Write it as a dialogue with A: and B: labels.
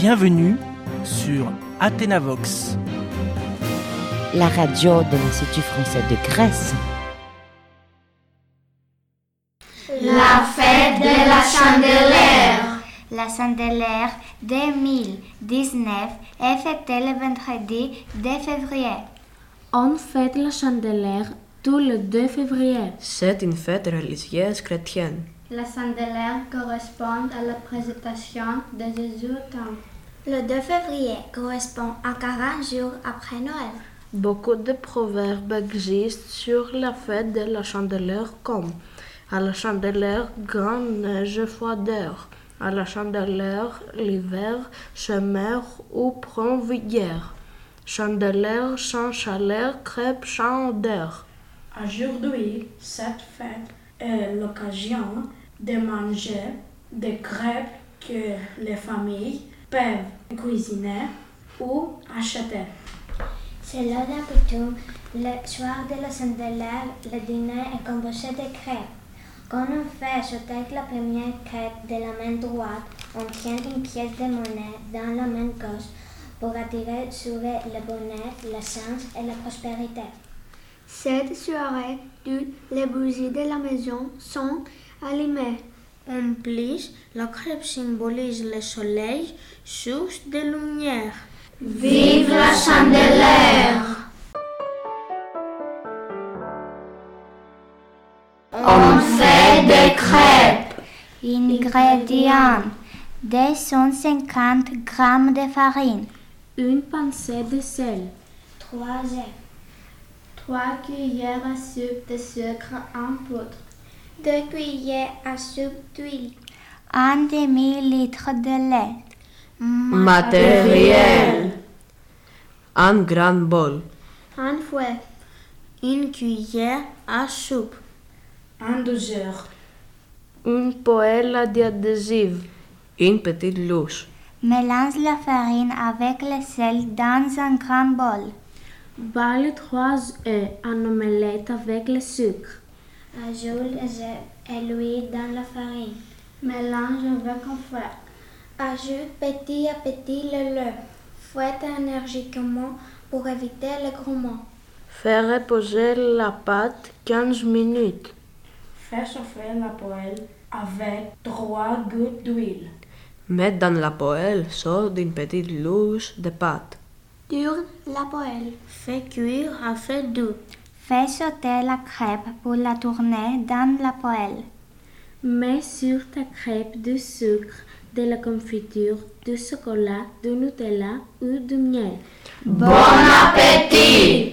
A: Bienvenue sur Athénavox.
B: la radio de l'Institut français de Grèce.
C: La fête de la chandelière.
D: La Chandelière 2019 est fêtée le vendredi 2 février.
C: On fête la chandelière tout le 2 février.
E: C'est une fête religieuse chrétienne.
F: La chandelière correspond à la présentation de Jésus au temple.
D: Le 2 février correspond à 40 jours après Noël.
E: Beaucoup de proverbes existent sur la fête de la chandelière comme à la chandelière grande neige froideur, à la chandelière l'hiver chômeur ou prend vigueur, chandelière sans chaleur crêpe sans odeur.
G: Aujourd'hui, cette fête est euh, l'occasion de manger des crêpes que les familles peuvent cuisiner ou acheter.
D: Selon la coutume, le soir de la Chandelière, le dîner est composé de crêpes. Quand on fait sauter la première crêpe de la main droite, on tient une pièce de monnaie dans la main gauche pour attirer sur le bonheur, la chance et la prospérité.
F: Cette soirée, toutes les bougies de la maison sont allumées.
C: En plus, la crêpe symbolise le soleil, source de lumière. Vive la Chandelière.
D: On fait des crêpes.
C: Ingrédients.
D: 250 g de farine,
C: Une pincée de sel.
D: 3 œufs,
F: 3 cuillères à soupe de sucre en poudre.
D: 2 cuillères à soupe d'huile, 1 demi-litre de lait,
E: Matériel. Un grand bol.
F: Un fouet.
C: Une cuillère à soupe.
G: Un dessert,
E: Une poêle d'adhésif. Une petite louche.
D: Mélange la farine avec le sel dans un grand bol.
C: Balle 3 œufs en omelette avec le sucre.
D: Ajoute les œufs et l'huile dans la farine.
F: Mélange avec un fouet.
D: Ajoute petit à petit le lait. Fouette énergiquement pour éviter le grondement.
E: Faire reposer la pâte 15 minutes.
G: faire chauffer la poêle avec trois gouttes d'huile.
E: Mettre dans la poêle sort d'une petite louche de pâte.
F: Tourne la poêle.
C: Fait cuire à feu doux.
D: Fais sauter la crêpe pour la tourner dans la poêle.
C: Mets sur ta crêpe du sucre, de la confiture, du chocolat, du Nutella ou du miel.
B: Bon appétit